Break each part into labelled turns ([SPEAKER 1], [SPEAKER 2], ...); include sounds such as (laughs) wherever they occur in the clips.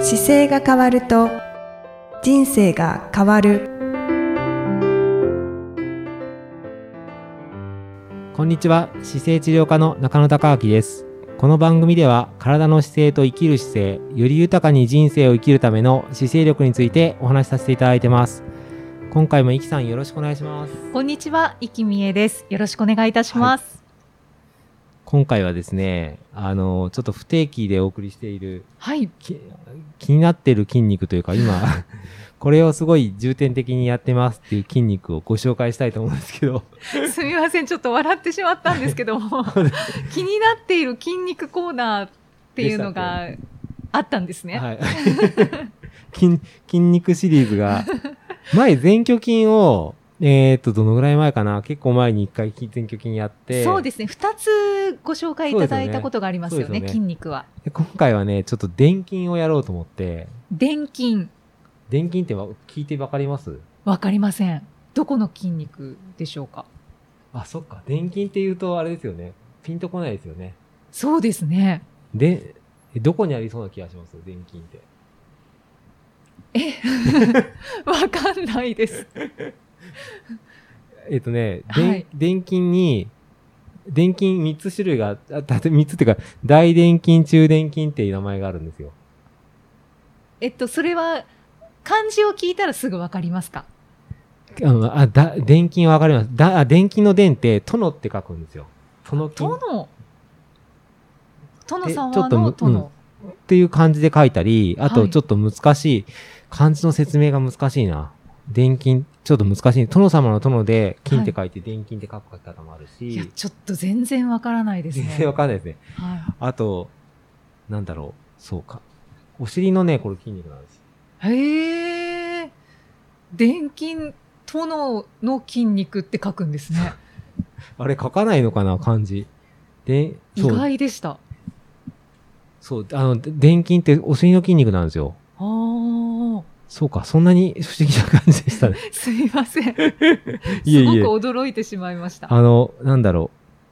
[SPEAKER 1] 姿勢が変わると人生が変わる
[SPEAKER 2] こんにちは姿勢治療科の中野孝明ですこの番組では体の姿勢と生きる姿勢より豊かに人生を生きるための姿勢力についてお話しさせていただいてます今回もイキさんよろしくお願いします
[SPEAKER 3] こんにちは、いきみえです。よろしくお願いいたします。
[SPEAKER 2] 今回はですねあのちょっと不定期でお送りしている
[SPEAKER 3] はい、
[SPEAKER 2] き気になってる筋肉というか (laughs) 今これをすごい重点的にやってますっていう筋肉をご紹介したいと思うんですけど
[SPEAKER 3] すみません、ちょっと笑ってしまったんですけ
[SPEAKER 2] (laughs)
[SPEAKER 3] ども、気になっている筋肉コーナーっていうのがあったんですね。
[SPEAKER 2] はい、 (laughs) 筋筋肉シリーズ
[SPEAKER 3] (laughs)
[SPEAKER 2] が前前鋸筋をえー、っとどのぐらい前かな結構前に一回前鋸筋やって
[SPEAKER 3] そうですね、二つご紹介いただいたことがありますよ
[SPEAKER 2] そうで
[SPEAKER 3] ね、
[SPEAKER 2] すよね
[SPEAKER 3] 筋肉は。
[SPEAKER 2] で今回はねちょっと電筋をやろうと思って
[SPEAKER 3] 電筋、
[SPEAKER 2] 電筋ってわ聞いてわかります
[SPEAKER 3] わかりません。どこの筋肉でしょうか。
[SPEAKER 2] あそっか電筋って言うとあれですよねピンとこないですよね
[SPEAKER 3] そうですね。
[SPEAKER 2] でえどこにありそうな気がします電筋って
[SPEAKER 3] わかんないです。
[SPEAKER 2] えっとね、
[SPEAKER 3] は
[SPEAKER 2] でん
[SPEAKER 3] い
[SPEAKER 2] 電筋に、電筋3つ種類が、あだって3つっていうか、大電筋、中電筋っていう名前があるんですよ。
[SPEAKER 3] えっと、それは、漢字を聞いたらすぐわかりますか
[SPEAKER 2] あのあ、だ、電筋はわかります。だ、あ電筋の電って、殿って書くんですよ。殿筋っ
[SPEAKER 3] 殿。殿
[SPEAKER 2] えちょ
[SPEAKER 3] 様
[SPEAKER 2] っとむう
[SPEAKER 3] の
[SPEAKER 2] ん
[SPEAKER 3] 殿。
[SPEAKER 2] ていう漢字で書いたり、あ
[SPEAKER 3] は
[SPEAKER 2] と
[SPEAKER 3] い
[SPEAKER 2] ちょっと難しい、漢字の説明が難しいな。電筋、ちょっと難しい。殿様の殿で、金って書いて、電筋って書く方もある
[SPEAKER 3] い
[SPEAKER 2] し、
[SPEAKER 3] や、ちょっと全然わからないですね。
[SPEAKER 2] 全然わかんないですね。
[SPEAKER 3] は
[SPEAKER 2] あと、なんだろう、そうか。お尻のね、これ筋肉なんです。
[SPEAKER 3] い、へえ。電筋、殿の筋肉って書くんですね。
[SPEAKER 2] あれ書かないのかな、漢字。で、
[SPEAKER 3] 意
[SPEAKER 2] (laughs) そう、
[SPEAKER 3] 外でした。
[SPEAKER 2] そう、あの、で電筋ってお尻の筋肉なんですよ。
[SPEAKER 3] ああ、
[SPEAKER 2] そうか、そんなに不思議な感じでした
[SPEAKER 3] (laughs)
[SPEAKER 2] ね。
[SPEAKER 3] すみま
[SPEAKER 2] (laughs)
[SPEAKER 3] せん。
[SPEAKER 2] いえいえ
[SPEAKER 3] す。ごく驚いてしまいました。
[SPEAKER 2] あの、なんだろ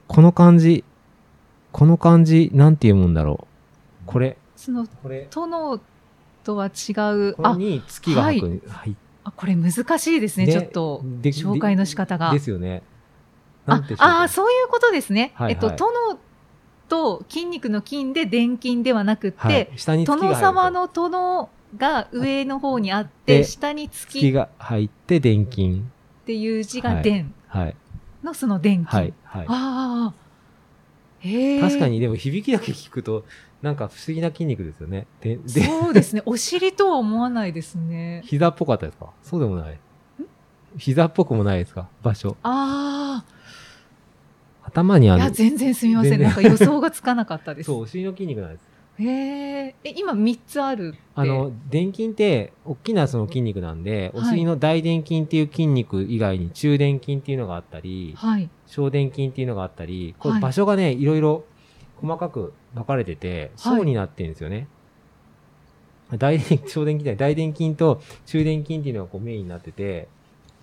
[SPEAKER 2] う。この漢字、この漢字、なんていうもんだろう。これ、
[SPEAKER 3] その、
[SPEAKER 2] これ、
[SPEAKER 3] 殿とは違う、
[SPEAKER 2] これ
[SPEAKER 3] あ、
[SPEAKER 2] に月が入く、入っ
[SPEAKER 3] あこれ難しいですね、ちょっと。
[SPEAKER 2] で
[SPEAKER 3] 紹介の仕方が
[SPEAKER 2] でですよね。なん
[SPEAKER 3] あ
[SPEAKER 2] て紹介
[SPEAKER 3] あー、そういうことですね。
[SPEAKER 2] はいはい
[SPEAKER 3] えっと、殿と筋肉の筋で電筋ではなくって、
[SPEAKER 2] はい、下に月が入
[SPEAKER 3] 殿
[SPEAKER 2] ると
[SPEAKER 3] 様の殿が上の方にあっ
[SPEAKER 2] で
[SPEAKER 3] て、下に月
[SPEAKER 2] 月
[SPEAKER 3] っ
[SPEAKER 2] が入って、電筋。
[SPEAKER 3] ていう字が伝
[SPEAKER 2] はい、
[SPEAKER 3] のその電気。
[SPEAKER 2] はい、はい。
[SPEAKER 3] ああ。へえ。
[SPEAKER 2] 確か。にでも響きだけ聞くとなんか不思議な筋肉ですよね。で、で、
[SPEAKER 3] そうですね。お尻とは思わないですね。
[SPEAKER 2] 膝っぽかったですかそうでもない。膝っぽくもないですか場所。
[SPEAKER 3] あ
[SPEAKER 2] 頭に
[SPEAKER 3] あ。
[SPEAKER 2] あ
[SPEAKER 3] いや、
[SPEAKER 2] る。
[SPEAKER 3] 全然すみませ
[SPEAKER 2] 全
[SPEAKER 3] ん。
[SPEAKER 2] 然
[SPEAKER 3] なんか予想がつかなかったで
[SPEAKER 2] (laughs)
[SPEAKER 3] す。
[SPEAKER 2] そう、お尻の筋肉なんです。
[SPEAKER 3] へえ。え、今3つあるって。
[SPEAKER 2] あの、電筋って、大きなその筋肉なんで、お
[SPEAKER 3] はい
[SPEAKER 2] 尻の大電筋っていう筋肉以外に中電筋っていうのがあったり、
[SPEAKER 3] はい。
[SPEAKER 2] 小電筋っていうのがあったり、こ
[SPEAKER 3] は
[SPEAKER 2] れ
[SPEAKER 3] い
[SPEAKER 2] 場所がね、いろいろ細かく分かれてて、
[SPEAKER 3] はい
[SPEAKER 2] 層になってるんですよね。大電、小電筋じゃない大電筋と中電筋っていうのがこうメインになってて、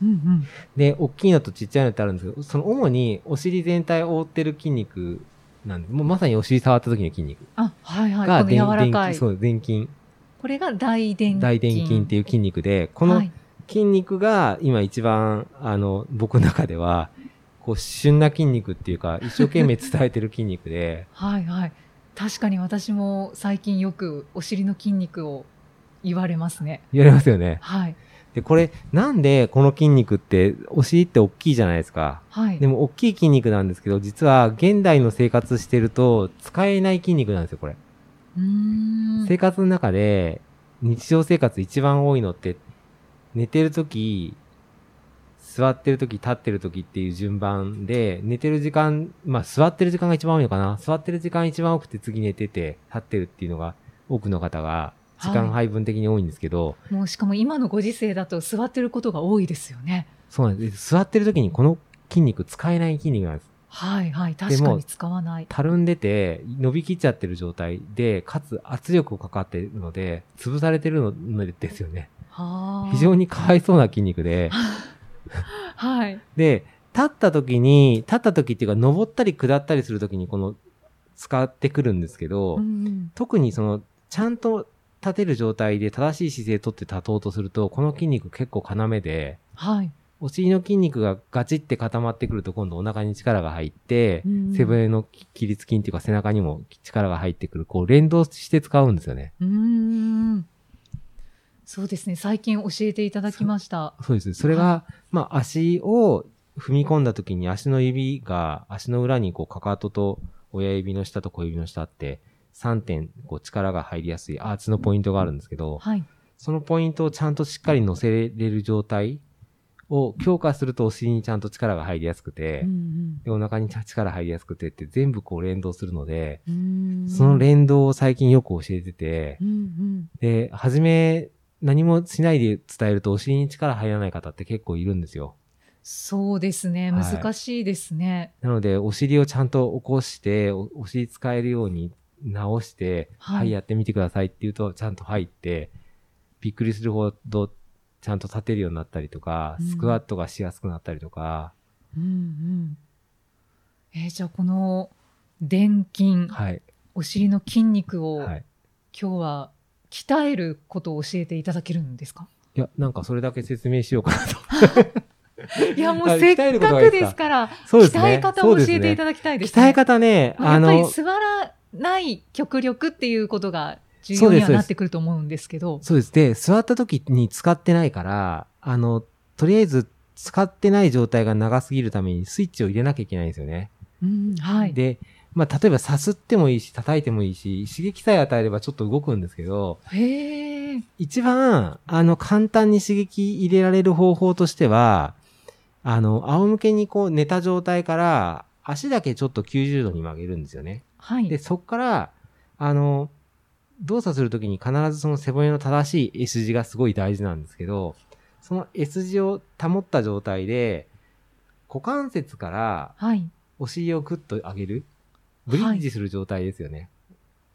[SPEAKER 3] うんうん。
[SPEAKER 2] で、大きいのとちっちゃいのってあるんですけど、その主にお尻全体を覆ってる筋肉なんで、もうまさにお尻触った時の筋肉
[SPEAKER 3] あ、はいはい。
[SPEAKER 2] が、
[SPEAKER 3] この柔ら
[SPEAKER 2] 電
[SPEAKER 3] か
[SPEAKER 2] 筋、
[SPEAKER 3] い。
[SPEAKER 2] そう、電筋、
[SPEAKER 3] これが大電筋。
[SPEAKER 2] 大電筋っていう筋肉で、こ
[SPEAKER 3] は
[SPEAKER 2] の
[SPEAKER 3] い、
[SPEAKER 2] 筋肉が今一番、あの、僕の中では、こう、旬な筋肉っていうか、一生懸命伝えてる筋肉で
[SPEAKER 3] はいはい。確かに私も最近よくお尻の筋肉を言われますね。
[SPEAKER 2] 言われますよね。
[SPEAKER 3] はい。
[SPEAKER 2] で、これ、なんでこの筋肉って、お尻って大きいじゃないですか。
[SPEAKER 3] はい。
[SPEAKER 2] でも、大きい筋肉なんですけど、実は、現代の生活してると、使えない筋肉なんですよ、これ。
[SPEAKER 3] うーん。
[SPEAKER 2] 生活の中で日常生活一番多いのって寝てる時座ってる時立ってる時っていう順番で寝てる時間まあ座ってる時間が一番多いのかな座ってる時間一番多くて次寝てて立ってるっていうのが多くの方が時間配分的に多いんですけど、
[SPEAKER 3] もうしかも今のご時世だと座ってることが多いですよね。
[SPEAKER 2] そうなんです座ってる時にこの筋肉使えない筋肉なんです
[SPEAKER 3] はいはい。確かに使わない。
[SPEAKER 2] たるんでて伸びきっちゃってる状態でかつ圧力をかかってるので潰されてるのですよね
[SPEAKER 3] はあ。
[SPEAKER 2] 非常にかわいそうな筋肉で
[SPEAKER 3] はい。
[SPEAKER 2] で、立った時に、立った時っていうか、登ったり下ったりする時に、この、使ってくるんですけど、
[SPEAKER 3] うんうん
[SPEAKER 2] 特にその、ちゃんと立てる状態で正しい姿勢とって立とうとすると、この筋肉結構要で、
[SPEAKER 3] はい。
[SPEAKER 2] お尻の筋肉がガチって固まってくると今度お腹に力が入って、
[SPEAKER 3] うん
[SPEAKER 2] 背骨の起立筋っていうか背中にも力が入ってくる、こう連動して使うんですよね。
[SPEAKER 3] うーん。そうですね。最近教えていただきました。
[SPEAKER 2] そうです。それが、まあ足を踏み込んだ時に足の指が足の裏にこうかかとと親指の下と小指の下って3点こう力が入りやすいアーチのポイントがあるんですけど、
[SPEAKER 3] はい。
[SPEAKER 2] そのポイントをちゃんとしっかり乗せれる状態を強化するとお尻にちゃんと力が入りやすくて、
[SPEAKER 3] うん
[SPEAKER 2] でお腹に力入りやすくてって全部こう連動するので、
[SPEAKER 3] うんうーん
[SPEAKER 2] その連動を最近よく教えてて
[SPEAKER 3] う、ん
[SPEAKER 2] で、初め何もしないで伝えるとお尻に力入らない方って結構いるんですよ。
[SPEAKER 3] うん、そうですね。
[SPEAKER 2] はい
[SPEAKER 3] 難しいですね。
[SPEAKER 2] なので、お尻をちゃんと起こして、おお尻使えるように直して、
[SPEAKER 3] は
[SPEAKER 2] はいい、やってみてくださいって言うと、ちゃんと入って、びっくりするほど、ちゃんと立てるようになったりとか、
[SPEAKER 3] うん
[SPEAKER 2] スクワットがしやすくなったりとか、
[SPEAKER 3] うんうん。えーじゃあこの電筋、
[SPEAKER 2] はい、
[SPEAKER 3] お尻の筋肉を
[SPEAKER 2] は
[SPEAKER 3] 今
[SPEAKER 2] い。
[SPEAKER 3] 日は鍛えることを教えていただけるんで
[SPEAKER 2] (laughs)
[SPEAKER 3] すか、
[SPEAKER 2] いや、なんかそれだけ説明しようかな
[SPEAKER 3] (laughs)
[SPEAKER 2] と。
[SPEAKER 3] い、やも
[SPEAKER 2] あ
[SPEAKER 3] う
[SPEAKER 2] 鍛
[SPEAKER 3] せっ
[SPEAKER 2] えること
[SPEAKER 3] か
[SPEAKER 2] がいい
[SPEAKER 3] く
[SPEAKER 2] です
[SPEAKER 3] で
[SPEAKER 2] か
[SPEAKER 3] すから
[SPEAKER 2] そうですね。
[SPEAKER 3] 鍛え方
[SPEAKER 2] そ
[SPEAKER 3] を
[SPEAKER 2] う
[SPEAKER 3] 教
[SPEAKER 2] です
[SPEAKER 3] えて
[SPEAKER 2] ね
[SPEAKER 3] いただきたいですね。
[SPEAKER 2] 鍛え方ね、
[SPEAKER 3] まあ、や
[SPEAKER 2] あ
[SPEAKER 3] っぱり
[SPEAKER 2] の、
[SPEAKER 3] 座らない極力っていうことが重
[SPEAKER 2] そ
[SPEAKER 3] 要
[SPEAKER 2] うで
[SPEAKER 3] に
[SPEAKER 2] す
[SPEAKER 3] はなってくると思うんですけど。
[SPEAKER 2] そうです。で、座った時に使ってないから、あの、とりあえず使ってない状態が長すぎるためにスイッチを入れなきゃいけないんですよね。
[SPEAKER 3] うん、はい。
[SPEAKER 2] で、まあ、例えばさすってもいいし、叩いてもいいし、刺激さえ与えればちょっと動くんですけど、
[SPEAKER 3] へえ。
[SPEAKER 2] 一番、あの、簡単に刺激入れられる方法としては、あの、仰向けにこう寝た状態から、足だけちょっと90度に曲げるんですよね。
[SPEAKER 3] はい。
[SPEAKER 2] で、そこから、あの、動作するときに必ずその背骨の正しい S 字がすごい大事なんですけど、その S 字を保った状態で、股関節から
[SPEAKER 3] はい。
[SPEAKER 2] お尻をグッと上げる、ブリッジする状態ですよね。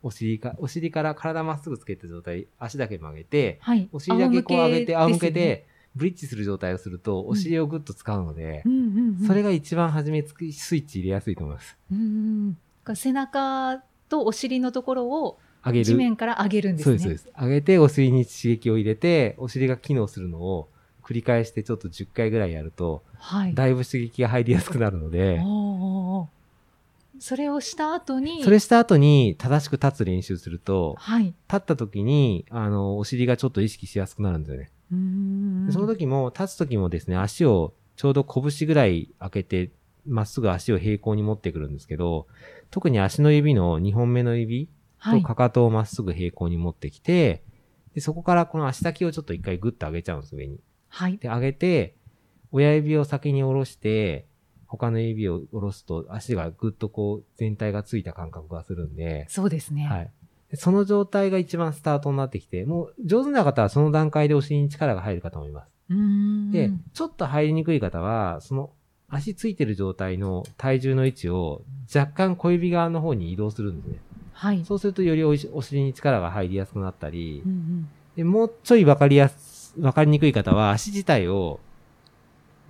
[SPEAKER 2] お尻か、お尻から体まっすぐつけた状態、足だけ曲げて、
[SPEAKER 3] はい。
[SPEAKER 2] お尻だけこう上げて、仰向け
[SPEAKER 3] ですね。
[SPEAKER 2] で、ブリッジする状態をすると、お尻をグッと使うので
[SPEAKER 3] う、んうん、うん。
[SPEAKER 2] それが一番初めつくスイッチ入れやすいと思います。
[SPEAKER 3] うんうんうん。背中とお尻のところを
[SPEAKER 2] 上げる。
[SPEAKER 3] 地面から上げるんです
[SPEAKER 2] そう
[SPEAKER 3] ね。
[SPEAKER 2] です、そうです。上げて、お尻に刺激を入れて、お尻が機能するのを繰り返して、ちょっと10回ぐらいやると、
[SPEAKER 3] はい。
[SPEAKER 2] だいぶ刺激が入りやすくなるので
[SPEAKER 3] おー、おーおーそれをした後に、
[SPEAKER 2] それした後に正しく立つ練習すると、
[SPEAKER 3] はい。
[SPEAKER 2] 立った時に、あの、お尻がちょっと意識しやすくなるんですよね。
[SPEAKER 3] うーん
[SPEAKER 2] でその時も、立つ時もですね、足をちょうど拳ぐらい開けて、まっすぐ足を平行に持ってくるんですけど、特に足の指の2本目の指
[SPEAKER 3] は
[SPEAKER 2] と
[SPEAKER 3] い。
[SPEAKER 2] かかとをまっすぐ平行に持ってきて、でそこからこの足先をちょっと一回グッと上げちゃうんです、上に。
[SPEAKER 3] はい。
[SPEAKER 2] で、上げて、親指を先に下ろして、他の指を下ろすと足がぐっとこう全体がついた感覚がするんで、
[SPEAKER 3] そうですね。
[SPEAKER 2] はい。でその状態が一番スタートになってきて、もう上手な方はその段階でお尻に力が入るかと思います。
[SPEAKER 3] うーん。
[SPEAKER 2] で、ちょっと入りにくい方は、その足ついてる状態の体重の位置を若干小指側の方に移動するんですね。
[SPEAKER 3] はい。
[SPEAKER 2] そうするとよりおしお尻に力が入りやすくなったり、
[SPEAKER 3] うんうん
[SPEAKER 2] で、もうちょいわかりやす、わかりにくい方は、足自体を、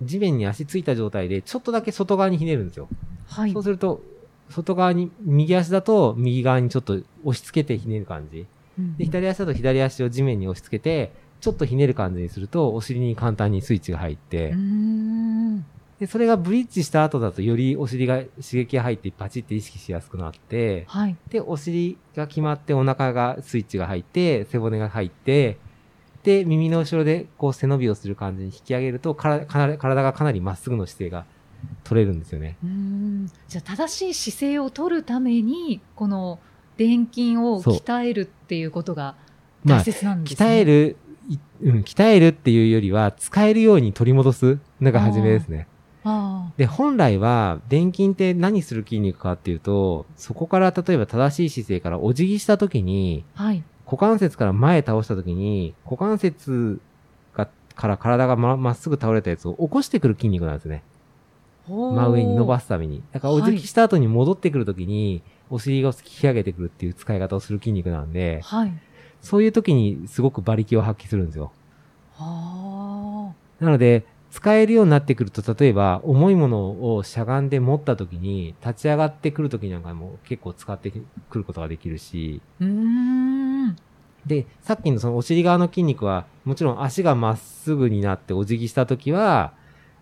[SPEAKER 2] 地面に足ついた状態で、ちょっとだけ外側にひねるんですよ。
[SPEAKER 3] はい。
[SPEAKER 2] そうすると、外側に、右足だと、右側にちょっと押し付けてひねる感じ。
[SPEAKER 3] うん
[SPEAKER 2] で、左足だと左足を地面に押し付けて、ちょっとひねる感じにすると、お尻に簡単にスイッチが入っ
[SPEAKER 3] う
[SPEAKER 2] て、
[SPEAKER 3] ーん。
[SPEAKER 2] で、それがブリッジした後だと、よりお尻が刺激が入って、パチって意識しやすくなって、
[SPEAKER 3] はい。
[SPEAKER 2] で、お尻が決まって、お腹がスイッチが入って、背骨が入って、で、耳の後ろでこう背伸びをする感じに引き上げると、からかな体がかなりまっすぐの姿勢が取れるんですよね。
[SPEAKER 3] うーんじゃあ正しい姿勢を取るためにこの電筋を
[SPEAKER 2] そう
[SPEAKER 3] 鍛えるっていうことが
[SPEAKER 2] まあ、
[SPEAKER 3] 大切なんですね。
[SPEAKER 2] 鍛える、いうん、鍛えるっていうよりは、使えるように取り戻すのが初めですね。
[SPEAKER 3] あ
[SPEAKER 2] で、本来は、電筋って何する筋肉かっていうと、そこから例えば正しい姿勢からお辞儀した時に、
[SPEAKER 3] あはい
[SPEAKER 2] 股関節から前倒した時に、股関節がから体がままっすぐ倒れたやつを起こしてくる筋肉なんですね。真
[SPEAKER 3] 真
[SPEAKER 2] 上に伸ば
[SPEAKER 3] す
[SPEAKER 2] すために。だからお辞
[SPEAKER 3] はい
[SPEAKER 2] 儀した後に戻ってくる時に、お尻を引き上げてくるっていう使い方をする筋肉なんで、
[SPEAKER 3] はい
[SPEAKER 2] そういう時にすごく馬力を発揮するんですよ。
[SPEAKER 3] あ
[SPEAKER 2] なので、使えるようになってくると、例えば、重いものをしゃがんで持った時に、立ち上がってくる時なんかも結構使ってくることができるし、
[SPEAKER 3] ーうーん
[SPEAKER 2] で、さっきのそのお尻側の筋肉は、もちろん足がまっすぐになってお辞儀したときは、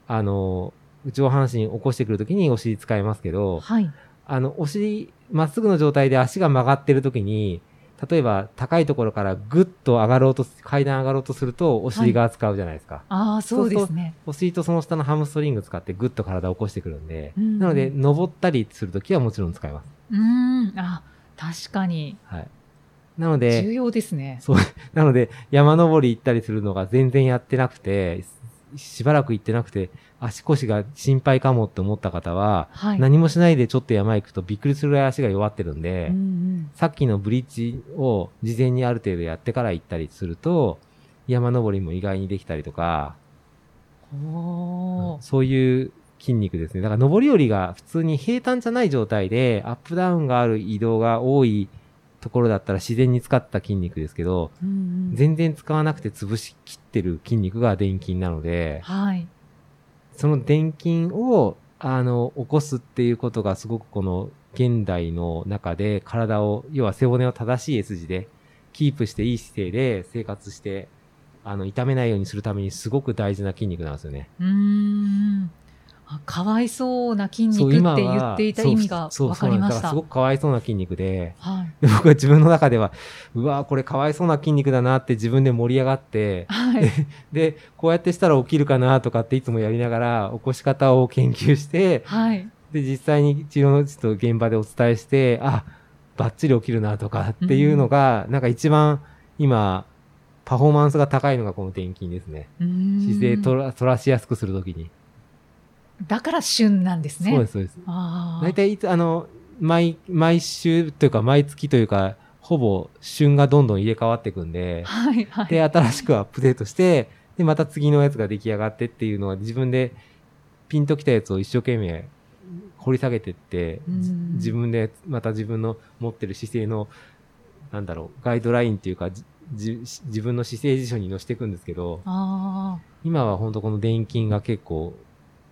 [SPEAKER 2] あの、上半身起こしてくるときにお尻使いますけど、
[SPEAKER 3] はい。
[SPEAKER 2] あの、お尻、まっすぐの状態で足が曲がってるときに、例えば高いところからぐっと上がろうとす、階段上がろうとすると、お尻側使うじゃないですか。
[SPEAKER 3] ああ、そうですね。
[SPEAKER 2] お尻とその下のハムストリング使ってぐっと体を起こしてくるんで、
[SPEAKER 3] うん
[SPEAKER 2] なので、登ったりするときはもちろん使います。
[SPEAKER 3] うーん。あ、確かに。
[SPEAKER 2] はい。なので、
[SPEAKER 3] 重要ですね。
[SPEAKER 2] そう、なので、山登り行ったりするのが全然やってなくて、ししばらく行ってなくて、足腰が心配かもって思った方は、
[SPEAKER 3] はい。
[SPEAKER 2] 何もしないでちょっと山行くとびっくりするぐらい足が弱ってるんで、
[SPEAKER 3] うんうん
[SPEAKER 2] さっきのブリッジを事前にある程度やってから行ったりすると、山登りも意外にできたりとか、
[SPEAKER 3] おー
[SPEAKER 2] そういう筋肉ですね。だから上り下りが普通に平坦じゃない状態で、アップダウンがある移動が多いところだったら自然に使った筋肉ですけど、
[SPEAKER 3] うんうん
[SPEAKER 2] 全然使わなくて潰しきってる筋肉が電筋なので、
[SPEAKER 3] はい。
[SPEAKER 2] その電筋を、あの、起こすっていうことがすごくこの現代の中で体を、要は背骨を正しい S 字でキープしていい姿勢で生活して、あの、痛めないようにするためにすごく大事な筋肉なんですよね。
[SPEAKER 3] うーん。あかわいそうな筋
[SPEAKER 2] そ
[SPEAKER 3] 肉
[SPEAKER 2] う今は
[SPEAKER 3] って言っていた意味が
[SPEAKER 2] そう
[SPEAKER 3] 分かりまし
[SPEAKER 2] そうそうなんですだから
[SPEAKER 3] た。
[SPEAKER 2] すご
[SPEAKER 3] は
[SPEAKER 2] くかわいそうな筋肉で、 (laughs)
[SPEAKER 3] い。
[SPEAKER 2] で僕は自分の中では、うわーこれかわいそうな筋肉だなって自分で盛り上がって、
[SPEAKER 3] はい。
[SPEAKER 2] (laughs) で、こうやってしたら起きるかなとかっていつもやりながら、起こし方を研究して、
[SPEAKER 3] はい。
[SPEAKER 2] で、実際に治療のちょっと現場でお伝えして、あ、バッチリ起きるなとかっていうのが、なんか一番今、パフォーマンスが高いのがこの転筋ですね。
[SPEAKER 3] うーん
[SPEAKER 2] 姿勢とらとらしやすくするときに。
[SPEAKER 3] だから旬なんですね。
[SPEAKER 2] そうです、そうです。
[SPEAKER 3] ああ。
[SPEAKER 2] 大体いつ、あの、毎、毎週というか、毎月というか、ほぼ旬がどんどん入れ替わっていくんで、
[SPEAKER 3] はいはい。
[SPEAKER 2] で、新しくアップデートして、で、また次のやつが出来上がってっていうのは自分でピンときたやつを一生懸命掘り下げてって、
[SPEAKER 3] うん
[SPEAKER 2] じ自分で、また自分の持ってる姿勢の、なんだろう、ガイドラインっていうか、じじ自分の姿勢辞書に載せていくんですけど、
[SPEAKER 3] ああ。
[SPEAKER 2] 今は本当この電筋が結構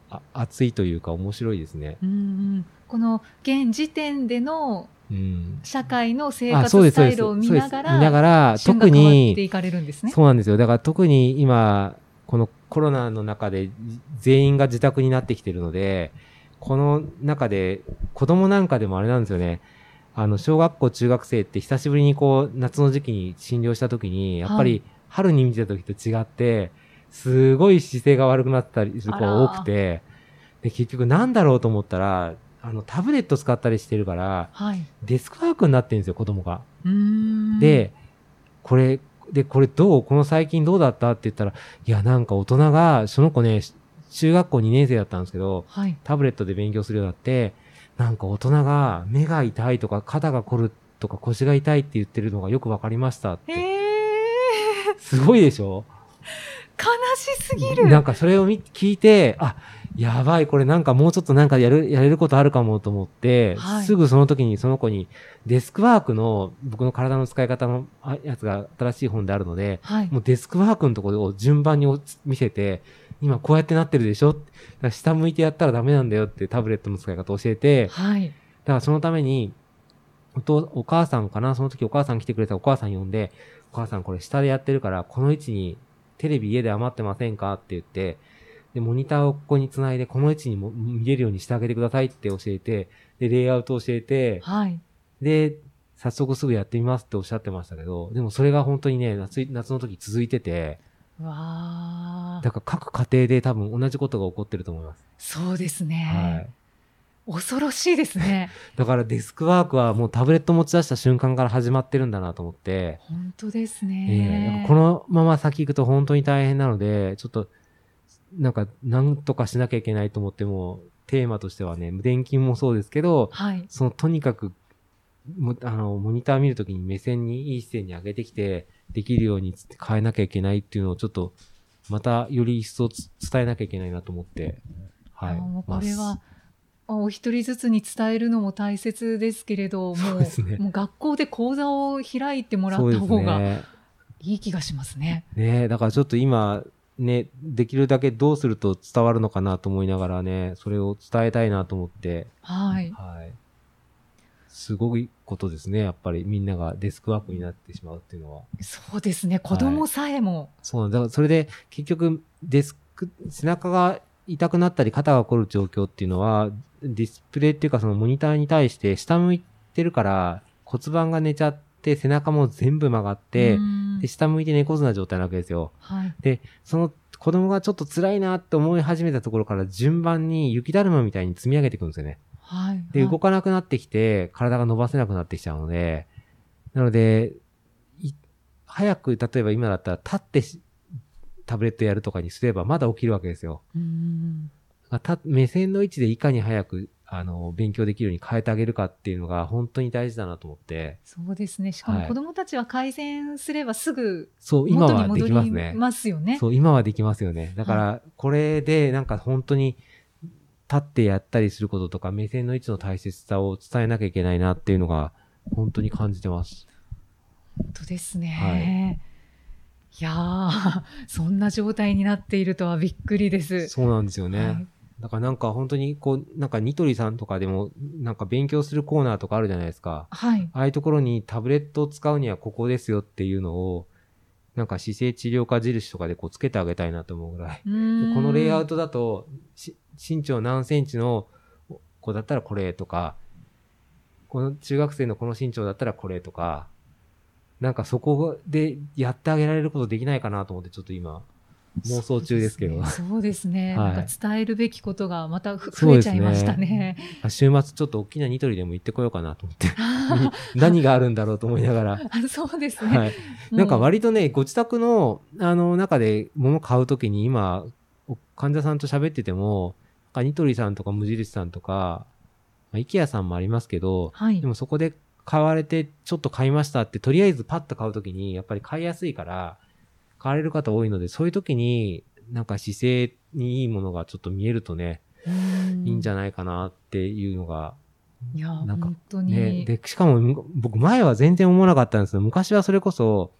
[SPEAKER 2] あ熱いというか面白いですね。
[SPEAKER 3] うんうん。この現時点での
[SPEAKER 2] うん。
[SPEAKER 3] 社会の生
[SPEAKER 2] あそう
[SPEAKER 3] 活
[SPEAKER 2] で
[SPEAKER 3] ス
[SPEAKER 2] すそう
[SPEAKER 3] タ
[SPEAKER 2] で
[SPEAKER 3] イ
[SPEAKER 2] す
[SPEAKER 3] ルを見
[SPEAKER 2] そうで
[SPEAKER 3] な
[SPEAKER 2] す
[SPEAKER 3] がら、
[SPEAKER 2] 見ながら、
[SPEAKER 3] 旬が
[SPEAKER 2] 特
[SPEAKER 3] 変わって
[SPEAKER 2] に、
[SPEAKER 3] いかれるんですね。
[SPEAKER 2] そうなんですよ。だから特に今、このコロナの中で全員が自宅になってきてるので、この中で子供なんかでもあれなんですよね。あの、小学校、中学生って久しぶりにこう、夏の時期に診療した時に、やっぱ
[SPEAKER 3] は
[SPEAKER 2] り春に見てた時と違って、すごい姿勢が悪くなったりする子
[SPEAKER 3] あら
[SPEAKER 2] が多くて、で、結局なんだろうと思ったら、あの、タブレット使ったりしてるから、
[SPEAKER 3] はい。
[SPEAKER 2] デスクワークになってるんですよ、子供が。
[SPEAKER 3] うーん。
[SPEAKER 2] で、これ、で、これどうこの最近どうだったって言ったら、いや、なんか大人が、その子ね、し中学校2年生だったんですけど、
[SPEAKER 3] はい。
[SPEAKER 2] タブレットで勉強するようになって、なんか大人が目が痛いとか肩が凝るとか腰が痛いって言ってるのがよくわかりましたっ
[SPEAKER 3] え
[SPEAKER 2] て。
[SPEAKER 3] え
[SPEAKER 2] すごいでしょ
[SPEAKER 3] ー、悲しすぎる。
[SPEAKER 2] なんかそれを見聞いて、あ、やばい、これなんかもうちょっとなんかやる、やれることあるかもと思って、
[SPEAKER 3] はい
[SPEAKER 2] すぐその時にその子にデスクワークの僕の体の使い方のあやつが新しい本であるので、
[SPEAKER 3] はい。
[SPEAKER 2] もうデスクワークのところを順番にお見せて、今こうやってなってるでしょだから下向いてやったらダメなんだよってタブレットの使い方を教えて、だ
[SPEAKER 3] はい。
[SPEAKER 2] からそのために、お父、お母さんかなその時お母さん来てくれたお母さん呼んで、お母さんこれ下でやってるから、この位置にテレビ家で余ってませんかって言って、で、モニターをここにつないで、この位置にも見れるようにしてあげてくださいって教えて、で、レイアウトを教えて、
[SPEAKER 3] はい。
[SPEAKER 2] で、早速すぐやってみますっておっしゃってましたけど、でもそれが本当にね、夏い、夏の時続いてて、
[SPEAKER 3] わあ。
[SPEAKER 2] だから各家庭で多分同じことが起こってると思います。
[SPEAKER 3] そうです
[SPEAKER 2] は
[SPEAKER 3] ね。
[SPEAKER 2] い。
[SPEAKER 3] 恐ろしいで
[SPEAKER 2] (laughs)
[SPEAKER 3] すね。
[SPEAKER 2] だからデスクワークはもうタブレット持ち出した瞬間から始まってるんだなと思って、
[SPEAKER 3] 本当です
[SPEAKER 2] え
[SPEAKER 3] ね。
[SPEAKER 2] えなんかこのまま先行くと本当に大変なので、ちょっと、なんか、なんとかしなきゃいけないと思っても、テーマとしてはね、電筋もそうですけど、
[SPEAKER 3] はい。
[SPEAKER 2] そのとにかく、もあの、モニター見るときに目線にいい姿勢に上げてきて、できるようにつって変えなきゃいけないっていうのをちょっと、またより一層つ伝えなきゃいけないなと思って、はい。
[SPEAKER 3] あもう
[SPEAKER 2] ま
[SPEAKER 3] こ
[SPEAKER 2] あ
[SPEAKER 3] れは、あお一人ずつに伝えるのも大切ですけれど、も
[SPEAKER 2] そう
[SPEAKER 3] う
[SPEAKER 2] ですね
[SPEAKER 3] もう学校で講座を開いてもらった
[SPEAKER 2] そう
[SPEAKER 3] 方
[SPEAKER 2] です
[SPEAKER 3] が
[SPEAKER 2] ね。
[SPEAKER 3] いい気がしますね。
[SPEAKER 2] ねえだからちょっと今、ね、できるだけどうすると伝わるのかなと思いながらね、それを伝えたいなと思って、
[SPEAKER 3] はい。
[SPEAKER 2] はい。すごいことですね。やっぱりみんながデスクワークになってしまうっていうのは。
[SPEAKER 3] そうですね。子供さえも。
[SPEAKER 2] そうなんだ。だからそれで結局デスク、背中が痛くなったり肩が凝る状況っていうのは、ディスプレイっていうかそのモニターに対して下向いてるから骨盤が寝ちゃって背中も全部曲がって、
[SPEAKER 3] うん
[SPEAKER 2] で下向いて猫背な状態なわけですよ。
[SPEAKER 3] はい。
[SPEAKER 2] その子供がちょっと辛いなって思い始めたところから順番に雪だるまみたいに積み上げていくんですよね。
[SPEAKER 3] はい。
[SPEAKER 2] で、動かなくなってきて、体が伸ばせなくなってきちゃうので、なので、い早く、例えば今だったら立ってしタブレットやるとかにすればまだ起きるわけですよ。
[SPEAKER 3] うん
[SPEAKER 2] まあた目線の位置でいかに早く、あの、勉強できるように変えてあげるかっていうのが本当に大事だなと思って、
[SPEAKER 3] そうですね。しかも
[SPEAKER 2] はい
[SPEAKER 3] 子供たちは改善すればすぐ
[SPEAKER 2] そう、今
[SPEAKER 3] 元
[SPEAKER 2] は
[SPEAKER 3] に
[SPEAKER 2] で
[SPEAKER 3] 戻
[SPEAKER 2] きます
[SPEAKER 3] り
[SPEAKER 2] ね。
[SPEAKER 3] ますよね。
[SPEAKER 2] そう、今はできますよね。だから、これでなんか本当に立ってやったりすることとか、目線の位置の大切さを伝えなきゃいけないなっていうのが、本当に感じてます。
[SPEAKER 3] 本当ですね。い、やー、 (laughs) そんな状態になっているとはびっくりです。
[SPEAKER 2] そうなんですよね。
[SPEAKER 3] はい
[SPEAKER 2] だからなんか本当にこう、なんかニトリさんとかでも、なんか勉強するコーナーとかあるじゃないですか。
[SPEAKER 3] はい。
[SPEAKER 2] ああいうところにタブレットを使うにはここですよっていうのを、なんか姿勢治療科印とかでこうつけてあげたいなと思うぐらい。で
[SPEAKER 3] こ
[SPEAKER 2] この
[SPEAKER 3] の
[SPEAKER 2] レイアウトだと、し身長何センチの子だったらこれとか、この中学生のこの身長だったらこれとか、なんかそこでやってあげられることできないかなと思ってちょっと今妄想中ですけど。
[SPEAKER 3] そうですね。
[SPEAKER 2] はい
[SPEAKER 3] なんか伝えるべきことがまたふ
[SPEAKER 2] そう
[SPEAKER 3] 増え
[SPEAKER 2] で
[SPEAKER 3] ち
[SPEAKER 2] す
[SPEAKER 3] ゃ
[SPEAKER 2] ね
[SPEAKER 3] いましたね。 (laughs)
[SPEAKER 2] 週末ちょっと大きなニトリでも行ってこようかなと思って。 (laughs) 何があるんだろうと思いなが (laughs) ら。
[SPEAKER 3] あそうですね。
[SPEAKER 2] はい。なんか
[SPEAKER 3] もう
[SPEAKER 2] 割とね、ご自宅の、あの、中で物買うときに今、お患者さんと喋ってても、なんかニトリさんとか無印さんとか、まあ、イケアさんもありますけど、
[SPEAKER 3] はい
[SPEAKER 2] で。もそこで買われて、ちょっと買いましたって、とりあえずパッと買うときに、やっぱり買いやすいから、買われる方多いので、そういうときに、なんか姿勢にいいものがちょっと見えるとね、いいんじ
[SPEAKER 3] ゃ
[SPEAKER 2] ゃないかなっていうのが、
[SPEAKER 3] いやー、
[SPEAKER 2] なんか
[SPEAKER 3] 本当
[SPEAKER 2] ね、
[SPEAKER 3] に。
[SPEAKER 2] で、しかもむ僕前は全然思わなかったんですよ。昔はそれこそ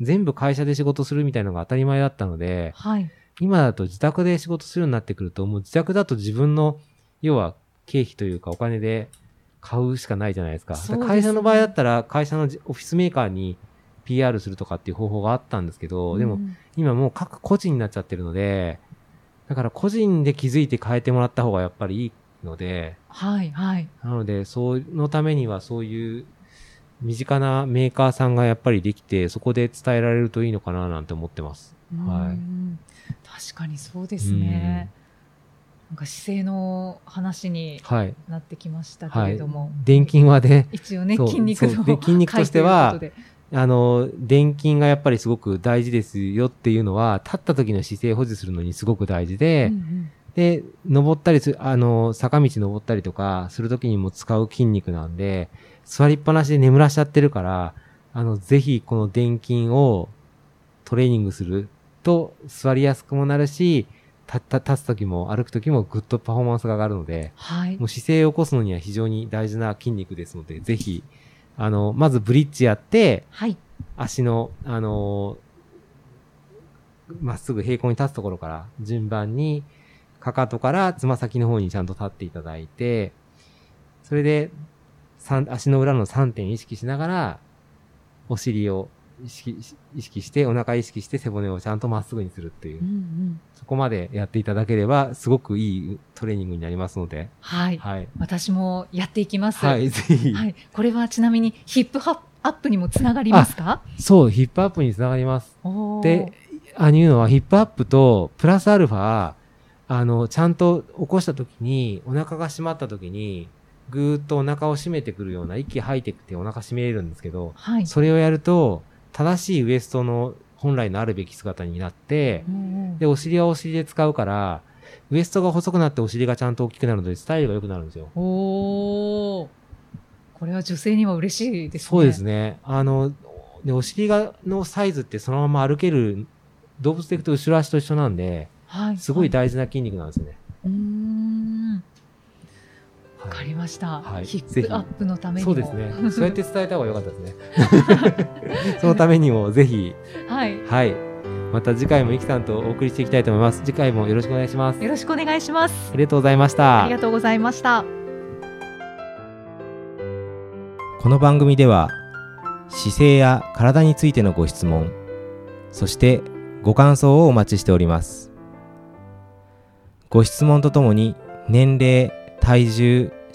[SPEAKER 2] 全部会社で仕事するみたいなのが当たり前だったので、
[SPEAKER 3] はい。
[SPEAKER 2] 今だと自宅で仕事するようになってくると、もう自宅だと自分の、要は経費というかお金で買うしかないじゃないですか。
[SPEAKER 3] そうですね
[SPEAKER 2] で会社の場合だったら会社のじオフィスメーカーに PR するとかっていう方法があったんですけど、で
[SPEAKER 3] う
[SPEAKER 2] も
[SPEAKER 3] ん
[SPEAKER 2] 今もう各個人になっちゃってるので、だから個人で気づいて変えてもらった方がやっぱりいいので、
[SPEAKER 3] はい、はい。
[SPEAKER 2] なので、そのためにはそういう身近なメーカーさんがやっぱりできて、そこで伝えられるといいのかななんて思ってます。はい
[SPEAKER 3] うん確かにそうですね。なんか姿勢の話に
[SPEAKER 2] はい。
[SPEAKER 3] なってきましたけれども。
[SPEAKER 2] 電筋はね、
[SPEAKER 3] 一応ね、
[SPEAKER 2] そう
[SPEAKER 3] 筋肉
[SPEAKER 2] そう
[SPEAKER 3] の
[SPEAKER 2] で筋肉としては
[SPEAKER 3] 回というこ
[SPEAKER 2] あの、電筋がやっぱりすごく大事ですよっていうのは、立った時の姿勢保持するのにすごく大事
[SPEAKER 3] とで
[SPEAKER 2] で
[SPEAKER 3] う、ん
[SPEAKER 2] で、登ったりする、あの、坂道登ったりとかする時にも使う筋肉なんで、座りっぱなしで眠らしちゃってるから、あの、ぜひこの電筋をトレーニングすると座りやすくもなるし、立った、立つ時も歩く時もぐっとパフォーマンスが上がるので、
[SPEAKER 3] はい
[SPEAKER 2] も。う姿勢を起こすのには非常に大事な筋肉ですので、ぜひ、あの、まずブリッジやって、
[SPEAKER 3] はい。
[SPEAKER 2] 足の、あのーまっすぐ平行に立つところから順番に、かかとからつま先の方にちゃんと立っていただいて、それで、三足の裏の3点意識しながら、お尻を意識し意識して、お腹意識して背骨をちゃんとまっすぐにするっていうう、
[SPEAKER 3] んうん
[SPEAKER 2] そこまでやっていただければ、すごくいいトレーニングになりますので、
[SPEAKER 3] はい。
[SPEAKER 2] はい。
[SPEAKER 3] 私もやっていきます。
[SPEAKER 2] は
[SPEAKER 3] はい。
[SPEAKER 2] い、ぜひ。
[SPEAKER 3] これはちなみにヒップハップアップにもつながりますか
[SPEAKER 2] そう、ヒップアップにつながります。
[SPEAKER 3] おー
[SPEAKER 2] で、あいうのはヒップアップと、プラスアルファ、あの、ちゃんと起こした時に、お腹が締まった時に、ぐーっとお腹を締めてくるような、息吐いてくてお腹締めれるんですけど、
[SPEAKER 3] はい。
[SPEAKER 2] それをやると、正しいウエストの本来のあるべき姿になって、
[SPEAKER 3] うんうん
[SPEAKER 2] で、お尻はお尻で使うから、ウエストが細くなってお尻がちゃんと大きくなるので、スタイルが良くなるんですよ。
[SPEAKER 3] おーこれは女性には嬉しいですね。
[SPEAKER 2] そうですね。あの、で、お尻が、のサイズってそのまま歩ける、動物でいくと後ろ足と一緒なんで、
[SPEAKER 3] はい。
[SPEAKER 2] すごい大事な筋肉なんですよね。
[SPEAKER 3] うーん。わ
[SPEAKER 2] はい
[SPEAKER 3] かりました。
[SPEAKER 2] はい
[SPEAKER 3] ヒップアップのために
[SPEAKER 2] そう
[SPEAKER 3] も。
[SPEAKER 2] ですね。そうやって伝えた方が良かったですね。
[SPEAKER 3] (laughs)
[SPEAKER 2] そのためにもぜひ、
[SPEAKER 3] はい。
[SPEAKER 2] はい。また次回もイキさんとお送りしていきたいと思います。次回もよろしくお願いします。
[SPEAKER 3] よろしくお願いします。
[SPEAKER 2] ありがとうございました。
[SPEAKER 3] ありがとうございました。
[SPEAKER 2] この番組では姿勢や体についてのご質問そしてご感想をお待ちしておりますご質問とともに年齢体重